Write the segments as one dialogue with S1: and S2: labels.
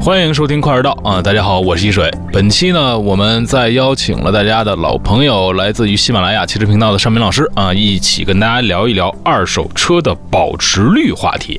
S1: 欢迎收听《快车道》啊！大家好，我是一水。本期呢，我们再邀请了大家的老朋友，来自于喜马拉雅汽车频道的尚明老师啊，一起跟大家聊一聊二手车的保值率话题。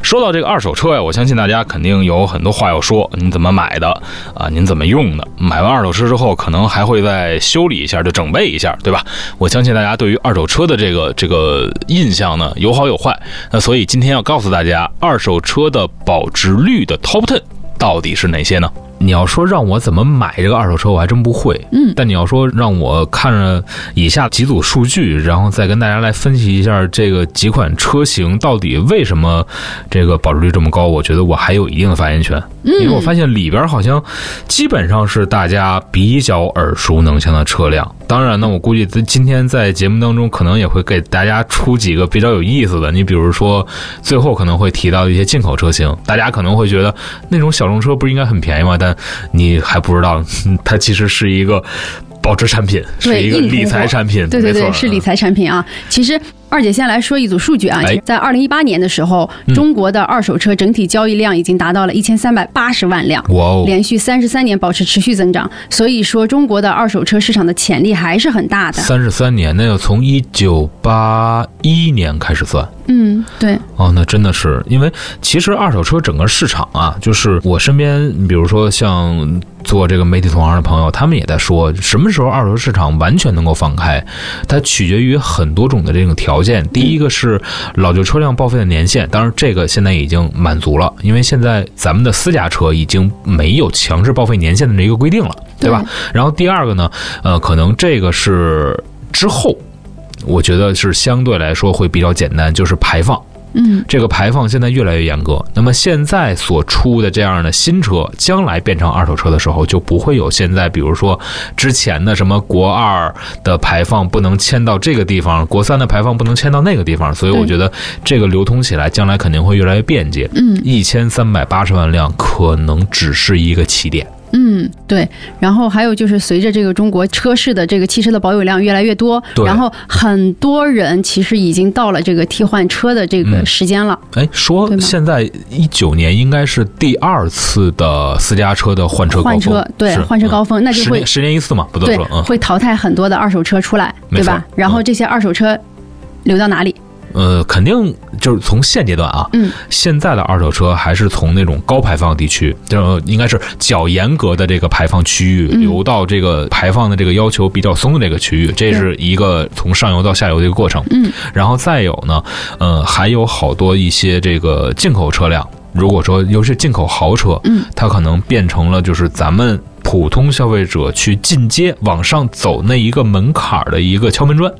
S1: 说到这个二手车呀，我相信大家肯定有很多话要说。您怎么买的啊？您怎么用的？买完二手车之后，可能还会再修理一下，就整备一下，对吧？我相信大家对于二手车的这个这个印象呢，有好有坏。那所以今天要告诉大家，二手车的保值率的 Top Ten。到底是哪些呢？
S2: 你要说让我怎么买这个二手车，我还真不会。
S3: 嗯
S2: 但你要说让我看着以下几组数据，然后再跟大家来分析一下这个几款车型到底为什么这个保值率这么高，我觉得我还有一定的发言权，
S3: 嗯
S2: 因为我发现里边好像基本上是大家比较耳熟能详的车辆。当然呢，我估计今天在节目当中可能也会给大家出几个比较有意思的，你比如说最后可能会提到一些进口车型，大家可能会觉得那种小众车不是应该很便宜吗？但你还不知道，嗯它其实是一个保值产品，是
S3: 对
S2: 一个
S3: 硬通货
S2: 理财产品，
S3: 对
S2: 没
S3: 对对，
S2: 错嗯
S3: 是理。财产品啊。其实，二姐先来说一组数据啊
S2: 哎，嗯
S3: 在二零一八年的时候，中国的二手车整体交易量已经达到了一千三百八十万辆。
S2: 哇哦，
S3: 连续三十三年保持持续增长，所以说中国的二手车市场的潜力还是很大的。
S2: 三十三年，那要从一九八一年开始算。
S3: 嗯，对，
S2: 哦，那真的是，因为其实二手车整个市场啊，就是我身边，比如说像做这个媒体同行的朋友，他们也在说，什么时候二手车市场完全能够放开，它取决于很多种的这种条件。第一个是老旧车辆报废的年限，当然这个现在已经满足了，因为现在咱们的私家车已经没有强制报废年限的这一个规定了，对吧？然后第二个呢，呃，可能这个是之后。我觉得是相对来说会比较简单，就是排放。
S3: 嗯，
S2: 这个排放现在越来越严格。那么现在所出的这样的新车，将来变成二手车的时候，就不会有现在比如说之前的什么国二的排放不能迁到这个地方，国三的排放不能迁到那个地方。所以我觉得这个流通起来，将来肯定会越来越便捷。
S3: 嗯
S2: 一千三百八十万辆可能只是一个起点。
S3: 嗯，对。然后还有就是，随着这个中国车市的这个汽车的保有量越来越多，
S2: 对
S3: 然后很多人其实已经到了这个替换车的这个时间了。
S2: 哎，说
S3: 对吗
S2: 现在一九年应该是第二次的私家车的换车高峰，
S3: 换车对
S2: 是
S3: 换车高峰
S2: 嗯
S3: 那就
S2: 十
S3: 会
S2: 年十年一次嘛，不得
S3: 对
S2: 说，嗯，
S3: 会淘汰很多的二手车出来，
S2: 没
S3: 对
S2: 错
S3: 吧？然后这些二手车流到哪里？
S2: 呃，肯定就是从现阶段啊，
S3: 嗯，
S2: 现在的二手车还是从那种高排放地区，就是呃应该是较严格的这个排放区域，
S3: 嗯
S2: 流到这个排放的这个要求比较松的这个区域，这是一个从上游到下游的一个过程。
S3: 嗯，
S2: 然后再有呢，呃，还有好多一些这个进口车辆，如果说尤其是进口豪车，
S3: 嗯，
S2: 它可能变成了就是咱们。普通消费者去进阶往上走那一个门槛儿的一个敲门砖，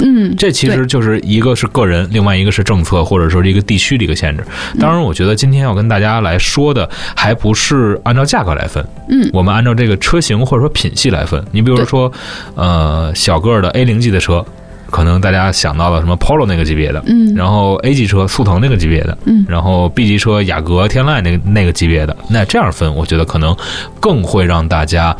S3: 嗯，
S2: 这其实就是一个是个人，另外一个是政策或者说是一个地区的一个限制。当
S3: 嗯
S2: 然，我觉得今天要跟大家来说的，还不是按照价格来分，
S3: 嗯
S2: 我们按照这个车型或者说品系来分。你比如
S3: 对
S2: 说，呃，小个儿的 A 零级的车，可能大家想到了什么 Polo 那个级别的，
S3: 嗯
S2: 然后 A 级车速腾那个级别的，
S3: 嗯
S2: 然后 B 级车雅阁、天籁那个那个级别的，那这样分，我觉得可能更会让大家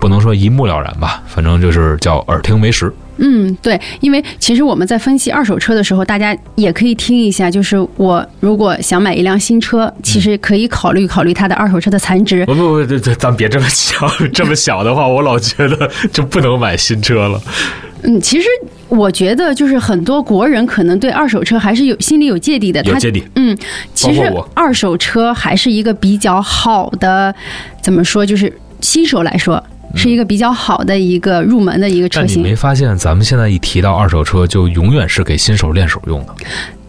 S2: 不能说一目了然吧，反正就是叫耳听为实。
S3: 嗯，对，因为其实我们在分析二手车的时候，大家也可以听一下，就是我如果想买一辆新车，
S2: 嗯
S3: 其实可以考虑考虑它的二手车的残值。
S2: 不不不，这这咱别这么想，这么想的话，我老觉得就不能买新车了。
S3: 嗯，其实我觉得就是很多国人可能对二手车还是有心里有芥蒂的，
S2: 有
S3: 他
S2: 芥蒂，
S3: 嗯，其实
S2: 包括我
S3: 二手车还是一个比较好的，怎么说，就是新手来说是一个比较好的一个入门的一个车
S2: 但你
S3: 型。
S2: 没发现咱们现在一提到二手车，就永远是给新手练手用的。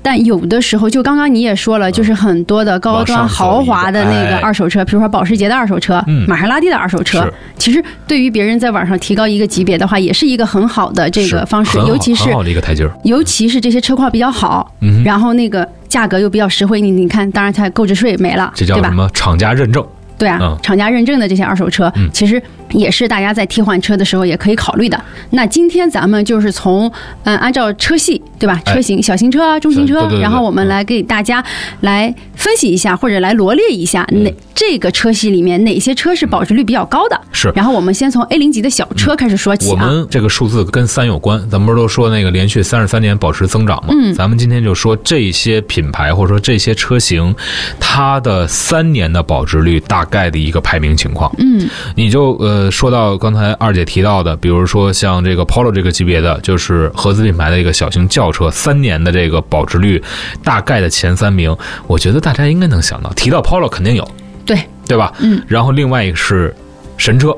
S3: 但有的时候，就刚刚你也说
S2: 嗯
S3: 了，就是很多的高端
S2: 往上走
S3: 豪华的那
S2: 一
S3: 个
S2: 个
S3: 二手车，比如说保时捷的二手车、
S2: 哎嗯
S3: 玛莎拉蒂的二手车
S2: 是，
S3: 其实对于别人在网上提高一个级别的话，也是一个很好的这个
S2: 是
S3: 方式，
S2: 很好
S3: 尤其是
S2: 很好的一个台阶儿。
S3: 尤其是这些车况比较好，
S2: 嗯哼
S3: 然后那个价格又比较实惠，你你看，当然它购置税没了，
S2: 这
S3: 对
S2: 叫什
S3: 吧？
S2: 么厂家认证？
S3: 对啊，
S2: 嗯
S3: 厂家认证的这些二手车，
S2: 嗯
S3: 其实也是大家在替换车的时候也可以考虑的。那今天咱们就是从嗯，按照车系对吧？
S2: 哎
S3: 车型、小型车啊、中型
S2: 是
S3: 车
S2: 对对，对
S3: 然后我们
S2: 嗯
S3: 来给大家来分析一下，或者来罗列一下哪这个车系里面哪些车是保值率比较高的。
S2: 是嗯
S3: 然后我们先从 A 零级的小车开始说起
S2: 我
S3: 啊。
S2: 们这个数字跟三有关，咱们不是都说那个连续三十三年保持增长吗？嗯，咱们今天就说这些品牌或者说这些车型，它的三年的保值率大概的一个排名情况。嗯，你就呃说到刚才二姐提到的，比如说像这个 Polo 这个级别的，就是合资品牌的一个小型轿车，三年的这个保值率大概的前三名，我觉得大家应该能想到。提到 Polo 肯定有，
S3: 对，
S2: 对吧？
S3: 嗯，
S2: 然后另外一个是神车，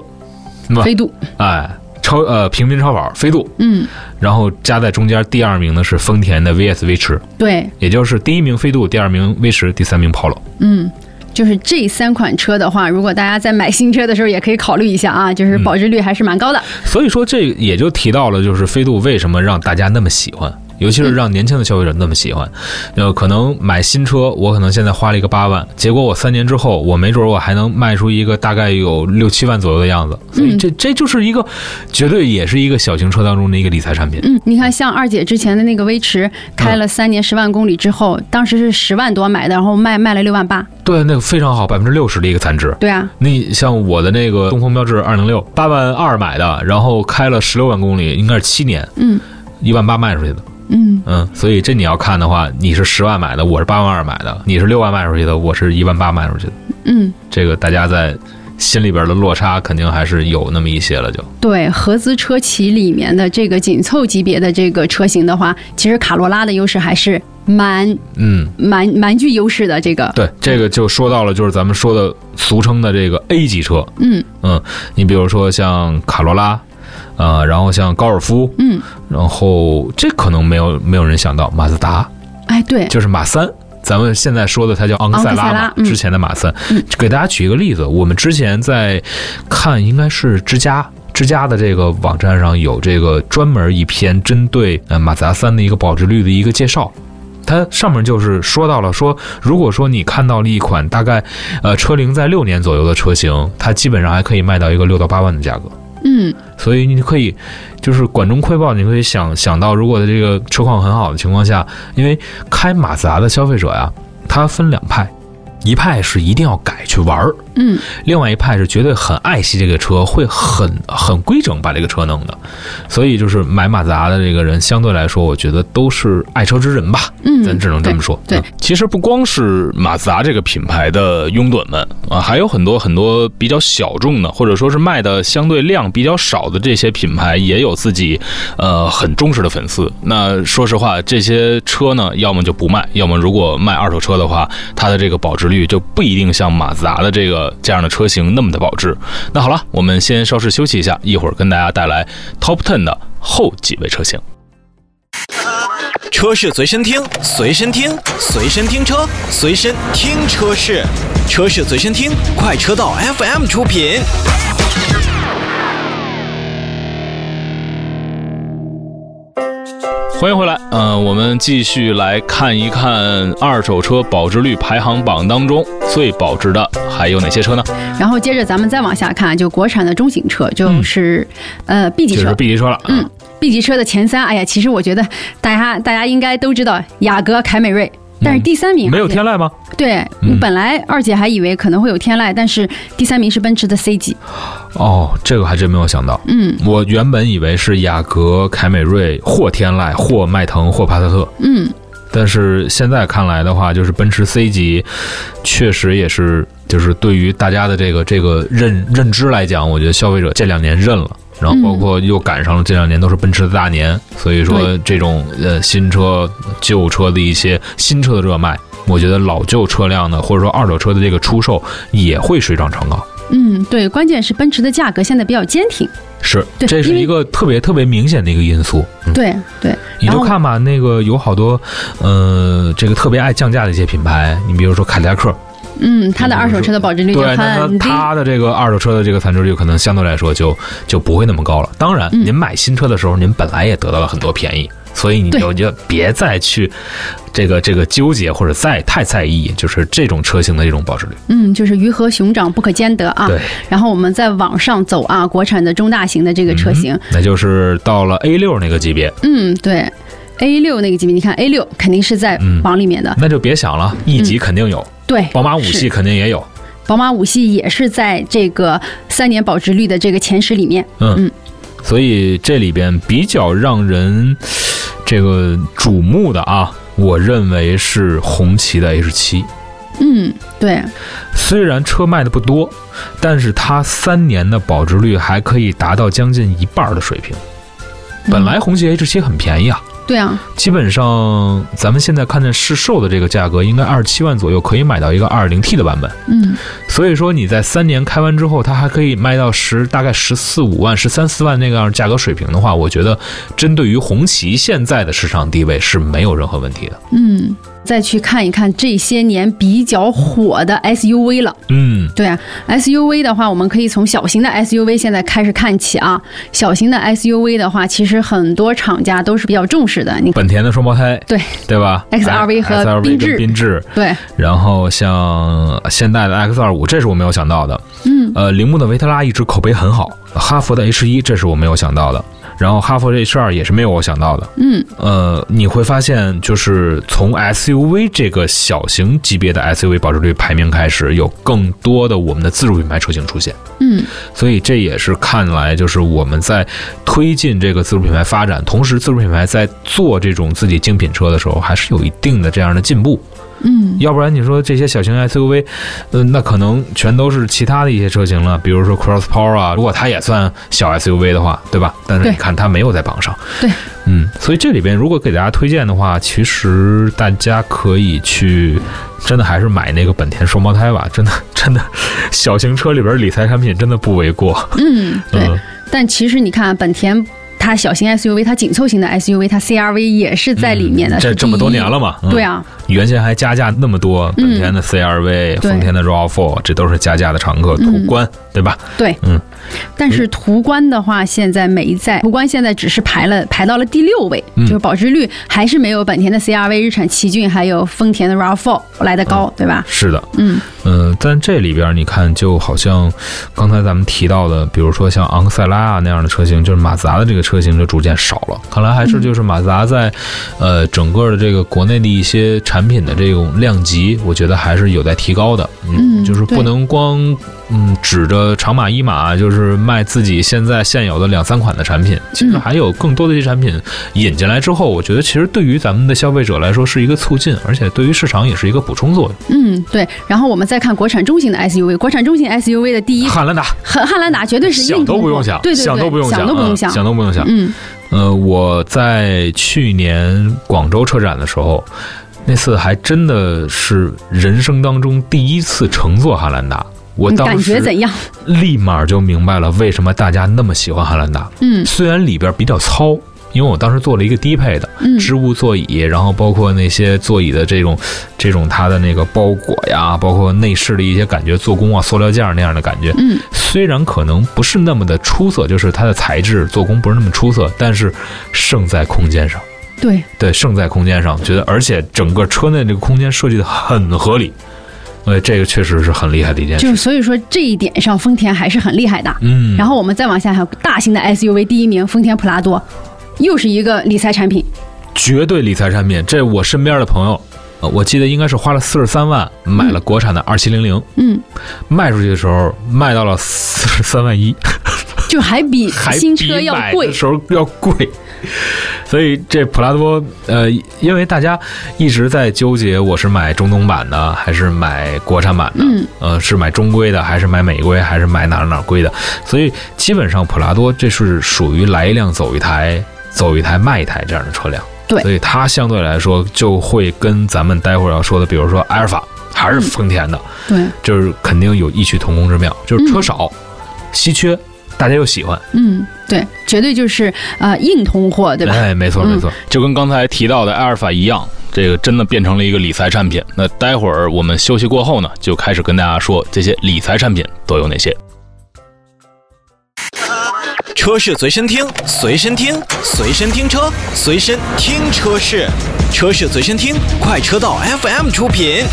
S2: 对吧
S3: 飞度，
S2: 哎，超呃平民超跑飞度，
S3: 嗯，
S2: 然后加在中间第二名呢是丰田的 VS 威驰，
S3: 对，
S2: 也就是第一名飞度，第二名威驰，第三名 Polo。
S3: 嗯，就是这三款车的话，如果大家在买新车的时候也可以考虑一下啊，就是
S2: 嗯
S3: 保值率还是蛮高的。
S2: 所以说这也就提到了，就是飞度为什么让大家那么喜欢。尤其是让年轻的消费者那么喜欢，呃，可能买新车，我可能现在花了一个八万，结果我三年之后，我没准我还能卖出一个大概有六七万左右的样子，所以这这就是一个，绝对也是一个小型车当中的一个理财产品。
S3: 嗯，你看，像二姐之前的那个威驰，开了三年十万公里之后，当时是十万多买的，然后卖卖了六万八。
S2: 对，那个非常好，百分之六十的一个残值。
S3: 对啊，
S2: 那像我的那个东风标致二零六，八万二买的，然后开了十六万公里，应该是七年，
S3: 嗯，
S2: 一万八卖出去的，
S3: 嗯，
S2: 嗯，所以这你要看的话，你是十万买的，我是八万二买的，你是六万卖出去的，我是一万八卖出去的，
S3: 嗯，
S2: 这个大家在心里边的落差肯定还是有那么一些了，就
S3: 对，合资车企里面的这个紧凑级别的这个车型的话，其实卡罗拉的优势还是蛮
S2: 嗯。
S3: 蛮蛮具优势的。这个，
S2: 对，这个就说到了，就是咱们说的俗称的这个 A 级车。
S3: 嗯
S2: 嗯，你比如说像卡罗拉，呃，然后像高尔夫，
S3: 嗯，
S2: 然后这可能没有没有人想到马自达，
S3: 哎，对，
S2: 就是马三。咱们现在说的它叫昂克赛
S3: 昂克
S2: 拉
S3: 赛
S2: 嘛
S3: 拉，嗯
S2: 之前的马三
S3: 嗯。
S2: 给大家举一个例子，我们之前在看，应该是之家。之家的这个网站上有这个专门一篇针对呃马自达三的一个保值率的一个介绍，它上面就是说到了说，如果说你看到了一款大概呃车龄在六年左右的车型，它基本上还可以卖到一个六到八万的价格。
S3: 嗯，
S2: 所以你可以就是管中窥豹，你可以想想到，如果的这个车况很好的情况下，因为开马自达的消费者呀，他分两派，一派是一定要改去玩儿，
S3: 嗯，
S2: 另外一派是绝对很爱惜这个车，会很很规整把这个车弄的。所以就是买马自达的这个人，相对来说，我觉得都是爱车之人吧，
S3: 嗯
S2: 咱只能这么说。
S3: 对
S2: 嗯
S3: 对
S1: 其实不光是马自达这个品牌的拥趸们啊，还有很多很多比较小众的，或者说是卖的相对量比较少的这些品牌，也有自己呃很忠实的粉丝。那说实话，这些车呢，要么就不卖，要么如果卖二手车的话，它的这个保值率就不一定像马自达的这个这样的车型那么的保值。那好了，我们先稍事休息一下，一会儿跟大家带来 Top Ten 的后几位车型。
S4: 车是随身听，随身听，随身听车，随身听车是，车是随身听，快车道 FM 出品。
S1: 欢迎回来，嗯、我们继续来看一看二手车保值率排行榜当中最保值的还有哪些车呢？
S3: 然后接着咱们再往下看，就国产的中型车，就是、呃 B 级
S2: 就
S3: 车
S2: 是 B 级车了。嗯，
S3: B 级车的前三，哎呀，其实我觉得大家大家应该都知道雅阁、凯美瑞，但是第三名、
S2: 嗯没有天籁吗？
S3: 对，
S2: 嗯
S3: 本来二姐还以为可能会有天籁，但是第三名是奔驰的 C 级，
S2: 哦，这个还真没有想到。
S3: 嗯
S2: 我原本以为是雅阁、凯美瑞或天籁或迈腾或帕萨特，
S3: 嗯，
S2: 但是现在看来的话，就是奔驰 C 级，确实也是就是对于大家的这个这个认认知来讲，我觉得消费者这两年认
S3: 嗯
S2: 了。然后包括又赶上了这两年都是奔驰的大年，所以说
S3: 对
S2: 这种呃新车、旧车的一些新车的热卖，我觉得老旧车辆呢，或者说二手车的这个出售也会水涨船高。
S3: 嗯，对，关键是奔驰的价格现在比较坚挺，
S2: 是，
S3: 对
S2: 这
S3: 因
S2: 是
S3: 为
S2: 一个特别特别明显的一个因素。嗯，
S3: 对对，
S2: 你
S3: 然
S2: 就
S3: 后
S2: 看吧，那个有好多，呃，这个特别爱降价的一些品牌，你比如说凯迪拉克，
S3: 嗯，它的二手车的保值率就
S2: 对，那
S3: 很
S2: 它
S3: 低，
S2: 它的这个二手车的这个残值率可能相对来说就就不会那么高了。当然，
S3: 嗯
S2: 您买新车的时候，您本来也得到了很多便宜，所以你
S3: 对
S2: 就就别再去这个这个纠结或者再太在意，就是这种车型的这种保值率。
S3: 嗯，就是鱼和熊掌不可兼得啊。
S2: 对，
S3: 然后我们再往上走啊，国产的中大型的这个车型，
S2: 那就是到了 A 六那个级别，
S3: 嗯，对，A 六那个级别，你看 A 六肯定是在
S2: 嗯
S3: 榜里面的，
S2: 那就别想了，一级肯定有，
S3: 对，
S2: 宝马五
S3: 嗯是
S2: 系肯定也有。
S3: 宝马五系也是在这个三年保值率的这个前十里面。嗯
S2: 嗯，所以这里边比较让人这个瞩目的啊，我认为是红旗的 H 七。
S3: 嗯，对，
S2: 虽然车卖的不多，但是它三年的保值率还可以达到将近一半儿的水平。
S3: 嗯
S2: 本来红旗 H 七很便宜啊，
S3: 对啊，
S2: 基本上咱们现在看见市售的这个价格，应该二十七万左右可以买到一个二零 T 的版本。
S3: 嗯，
S2: 所以说你在三年开完之后，它还可以卖到十大概十四五万、十三四万那个样价格水平的话，我觉得针对于红旗现在的市场地位是没有任何问题的。
S3: 嗯，再去看一看这些年比较火的 SUV 了。
S2: 嗯，
S3: 对啊，SUV 的话，我们可以从小型的 SUV 现在开始看起啊。小型的 SUV 的话，其实很多厂家都是比较重视的。你
S2: 本田的双胞胎，
S3: 对
S2: 对吧哎
S3: XRV 和
S2: XRV 跟
S3: 缤智
S2: 缤智，
S3: 对，
S2: 然后像现代的 X 二五，这是我没有想到的。嗯，呃，铃木的维特拉一直口碑很好，哈弗的 H 一，这是我没有想到的。然后哈弗的 H 二也是没有我想到的。
S3: 嗯，
S2: 呃，你会发现，就是从 SUV 这个小型级别的 SUV 保值率排名开始，有更多的我们的自主品牌车型出现。
S3: 嗯，
S2: 所以这也是看来，就是我们在推进这个自主品牌发展，同时自主品牌在做这种自己精品车的时候，还是有一定的这样的进步。
S3: 嗯，
S2: 要不然你说这些小型 SUV，嗯、那可能全都是其他的一些车型了，比如说 Cross Power 啊，如果它也算小 SUV 的话，对吧？但是
S3: 对
S2: 你看它没有在榜上，
S3: 对，
S2: 嗯，所以这里边如果给大家推荐的话，其实大家可以去，真的还是买那个本田双胞胎吧，真的 真的，小型车里边理财产品真的不为过，
S3: 嗯，对。
S2: 嗯
S3: 但其实你看啊，本田它小型 SUV，它紧凑型的 SUV，它 CRV 也是在里面的，
S2: 嗯这
S3: 是
S2: 这么
S3: 第
S2: 多
S3: 一
S2: 年了。嘛，嗯
S3: 对。啊，
S2: 原先还加价那么多，
S3: 嗯
S2: 本田的 CRV、
S3: 对
S2: 丰田的 RAV4，这都是加价的常客，途
S3: 嗯
S2: 观，对吧？
S3: 对，
S2: 嗯。
S3: 但是途观的话，现在每一代途观现在只是排了排到了第六位，
S2: 嗯
S3: 就是保值率还是没有本田的 CRV、日产奇骏还有丰田的 RAV4 来的高，对吧？
S2: 是的，
S3: 嗯
S2: 嗯，但这里边你看，就好像刚才咱们提到的，比如说像昂克赛拉啊那样的车型，就是马自达的这个车型就逐渐少了。看来还是就是马自达在，呃，整个的这个国内的一些产品的这种量级，我觉得还是有待提高的。
S3: 嗯
S2: 就是
S3: 对
S2: 不能光嗯指着长马一马，就是卖自己现在现有的两三款的产品，其实
S3: 嗯
S2: 还有更多的一些产品引进来之后，我觉得其实对于咱们的消费者来说是一个促进，而且对于市场也是一个补充作用。
S3: 嗯，对。然后我们再看国产中型的 SUV，国产中型 SUV 的第一
S2: 汉兰达。
S3: 汉汉兰达绝对是硬
S2: 想都
S3: 通
S2: 不
S3: 货
S2: 用想，
S3: 对对对，
S2: 想都不用想，
S3: 想都不用想，
S2: 嗯想都不用想。
S3: 嗯
S2: 呃，我在去年广州车展的时候，那次还真的是人生当中第一次乘坐汉兰达。我
S3: 你
S2: 当
S3: 感觉
S2: 时
S3: 怎样？
S2: 立马就明白了为什么大家那么喜欢汉兰达。
S3: 嗯
S2: 虽然里边比较糙，因为我当时坐了一个低配的
S3: 嗯
S2: 织物座椅，然后包括那些座椅的这种这种它的那个包裹呀，包括内饰的一些感觉，做工啊，塑料件儿那样的感觉。
S3: 嗯，
S2: 虽然可能不是那么的出色，就是它的材质做工不是那么出色，但是胜在空间上。
S3: 对，
S2: 对，胜在空间上，觉得而且整个车内这个空间设计的很合理，呃，这个确实是很厉害的一件事
S3: 就。是所以说这一点上，丰田还是很厉害的。
S2: 嗯，
S3: 然后我们再往下，还有大型的 SUV 第一名丰田普拉多，又是一个理财产品。
S2: 绝对理财产品。这我身边的朋友，呃我记得应该是花了四十三万买了国产的二七零零，
S3: 嗯，
S2: 卖出去的时候卖到了四十三万一，
S3: 就还比
S2: 还
S3: 新车要
S2: 比买
S3: 贵
S2: 的。时候要贵。所以这普拉多，呃，因为大家一直在纠结，我是买中东版的还是买国产版的，
S3: 嗯
S2: 呃，是买中规的还是买美规还是买哪儿哪儿规的，所以基本上普拉多这是属于来一辆走一台，走一台卖一台这样的车辆。
S3: 对
S2: 所以它相对来说就会跟咱们待会儿要说的，比如说埃尔法还
S3: 嗯
S2: 是丰田的，
S3: 对，
S2: 就是肯定有异曲同工之妙，就是车少、稀缺，大家又喜欢。
S3: 嗯，对，绝对就是呃硬通货，对吧？
S2: 哎，没错
S3: 嗯
S2: 没错，
S1: 就跟刚才提到的阿尔法一样，这个真的变成了一个理财产品。那待会儿我们休息过后呢，就开始跟大家说这些理财产品都有哪些。
S4: 车是随身听，随身听，随身听车，随身听车是，车是随身听，快车道 FM 出品。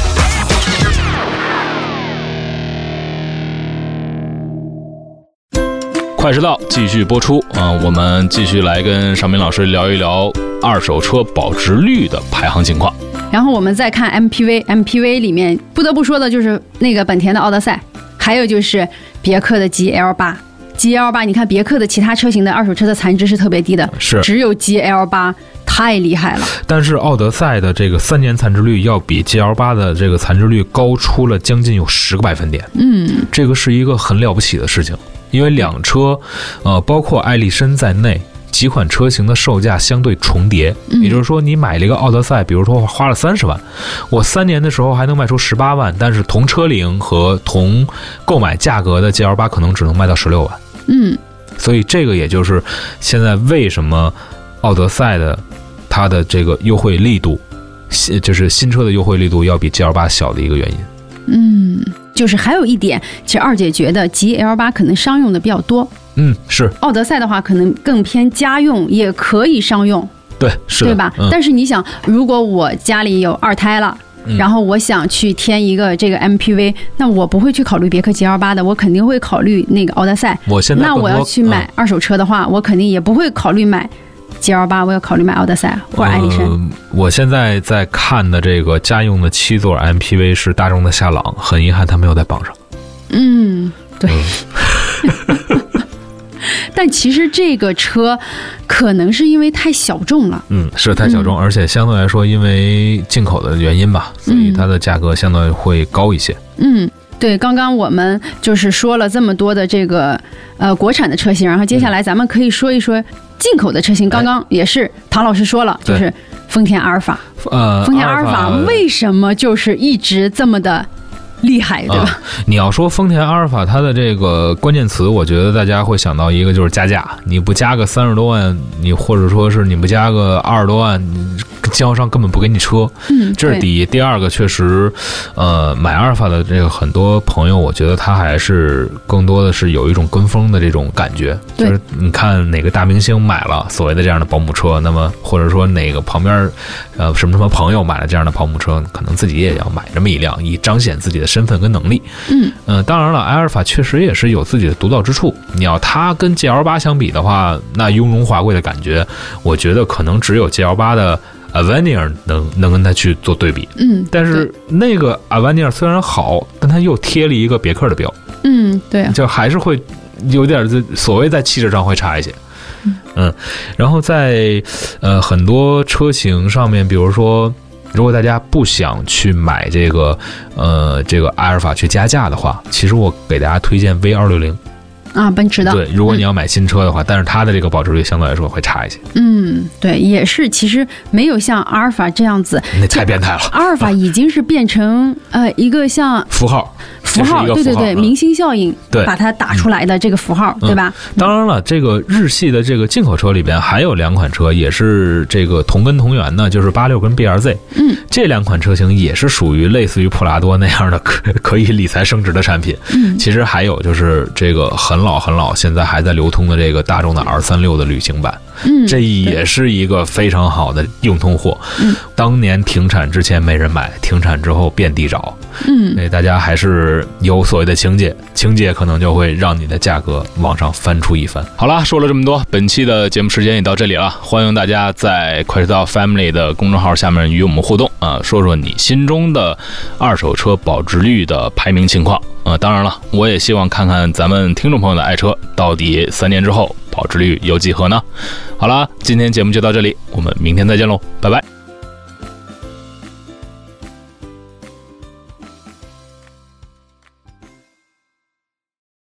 S1: 快车道继续播出啊、我们继续来跟尚明老师聊一聊二手车保值率的排行情况。
S3: 然后我们再看 MPV，MPV 里面不得不说的就是那个本田的奥德赛，还有就是别克的 GL 八。GL 八，你看别克的其他车型的二手车的残值是特别低的，
S2: 是
S3: 只有 GL 八太厉害了。
S2: 但是奥德赛的这个三年残值率要比 GL 八的这个残值率高出了将近有十个百分点，
S3: 嗯，
S2: 这个是一个很了不起的事情，因为两车，呃，包括艾力绅在内。几款车型的售价相对重叠，
S3: 嗯
S2: 也就是说，你买了一个奥德赛，比如说我花了三十万，我三年的时候还能卖出十八万，但是同车龄和同购买价格的 GL 八可能只能卖到十六万。
S3: 嗯，
S2: 所以这个也就是现在为什么奥德赛的它的这个优惠力度，新就是新车的优惠力度要比 GL 八小的一个原因。
S3: 嗯，就是还有一点，其实二姐觉得 GL 八可能商用的比较多，
S2: 嗯，是
S3: 奥德赛的话可能更偏家用，也可以商用，
S2: 对，是的，
S3: 对吧？
S2: 嗯，
S3: 但是你想，如果我家里有二胎了。然后我想去添一个这个 MPV，那我不会去考虑别克 GL 八的，我肯定会考虑那个奥德赛。
S2: 我现在
S3: 那
S2: 更
S3: 我要
S2: 多嗯
S3: 去买、二手车的话，我肯定也不会考虑买 GL 八，我要考虑买奥德赛或者艾力绅。
S2: 嗯我现在在看的这个家用的七座 MPV 是大众的夏朗，很遗憾它没有在榜上。
S3: 嗯，对。
S2: 嗯
S3: 但其实这个车可能是因为太小众了，
S2: 嗯，是太小众，而且相对来说，因为进口的原因吧，所以它的价格相对会高一些。
S3: 嗯，对，刚刚我们就是说了这么多的这个呃国产的车型，然后接下来咱们可以说一说进口的车型。刚刚也是唐老师说了，就
S2: 对
S3: 是丰田阿尔法，
S2: 呃，
S3: 丰田阿
S2: 阿
S3: 尔
S2: 尔
S3: 法为什么就是一直这么的厉害，对吧？
S2: 啊你要说丰田阿尔法，它的这个关键词，我觉得大家会想到一个就是加价，你不加个三十多万，你或者说是你不加个二十多万，你经销商根本不给你车，
S3: 嗯，
S2: 这是
S3: 对
S2: 第一。第二个确实，呃，买阿尔法的这个很多朋友，我觉得他还是更多的是有一种跟风的这种感觉，就
S3: 对
S2: 是你看哪个大明星买了所谓的这样的保姆车，那么或者说哪个旁边儿呃什么什么朋友买了这样的保姆车，可能自己也要买这么一辆，以彰显自己的身份跟能力。
S3: 嗯
S2: 嗯，当然了，埃尔法确实也是有自己的独到之处。你要它跟 GL 八相比的话，那雍容华贵的感觉，我觉得可能只有 GL 八的 Avenir 能能跟它去做对比。
S3: 嗯，
S2: 但是那个 Avenir 虽然好，但它又贴了一个别克的标，
S3: 对嗯对，
S2: 就还是会有点儿这所谓在气质上会差一些。嗯，然后在呃很多车型上面，比如说，如果大家不想去买这个呃这个阿尔法去加价的话，其实我给大家推荐 V 二六零。
S3: 啊，奔驰的，
S2: 对，如果你要买新车的话，但是它的这个保值率相对来说会差一些，
S3: 嗯对，也是，其实没有像阿尔法这样子，
S2: 那太变态了。
S3: 阿尔法已经是变成呃一个像
S2: 符号，
S3: 符
S2: 这是
S3: 号，
S2: 一个
S3: 对对
S2: 符号
S3: 对，
S2: 嗯
S3: 明星效应，
S2: 对嗯
S3: 把它打出来的这个符号，对吧？
S2: 当然了，这个日系的这个进口车里边还有两款车也是这个同根同源的，就是八六跟 BRZ。
S3: 嗯，
S2: 这两款车型也是属于类似于普拉多那样的 可可以理财升值的产品。
S3: 嗯
S2: 其实还有就是这个很老很老，现在还在流通的这个大众的 R 三六的旅行版，
S3: 嗯，
S2: 这也是一个非常好的硬通货。
S3: 嗯，
S2: 当年停产之前没人买，停产之后遍地找，
S3: 嗯
S2: 所以大家还是有所谓的情节，情节可能就会让你的价格往上翻出一番。
S1: 好啦，说了这么多，本期的节目时间也到这里了。欢迎大家在快车道 Family 的公众号下面与我们互动啊，说说你心中的二手车保值率的排名情况啊。当然了，我也希望看看咱们听众朋友的爱车到底三年之后保值率有几何呢？好啦，今天节目就到这里，我们明天再见喽，拜拜。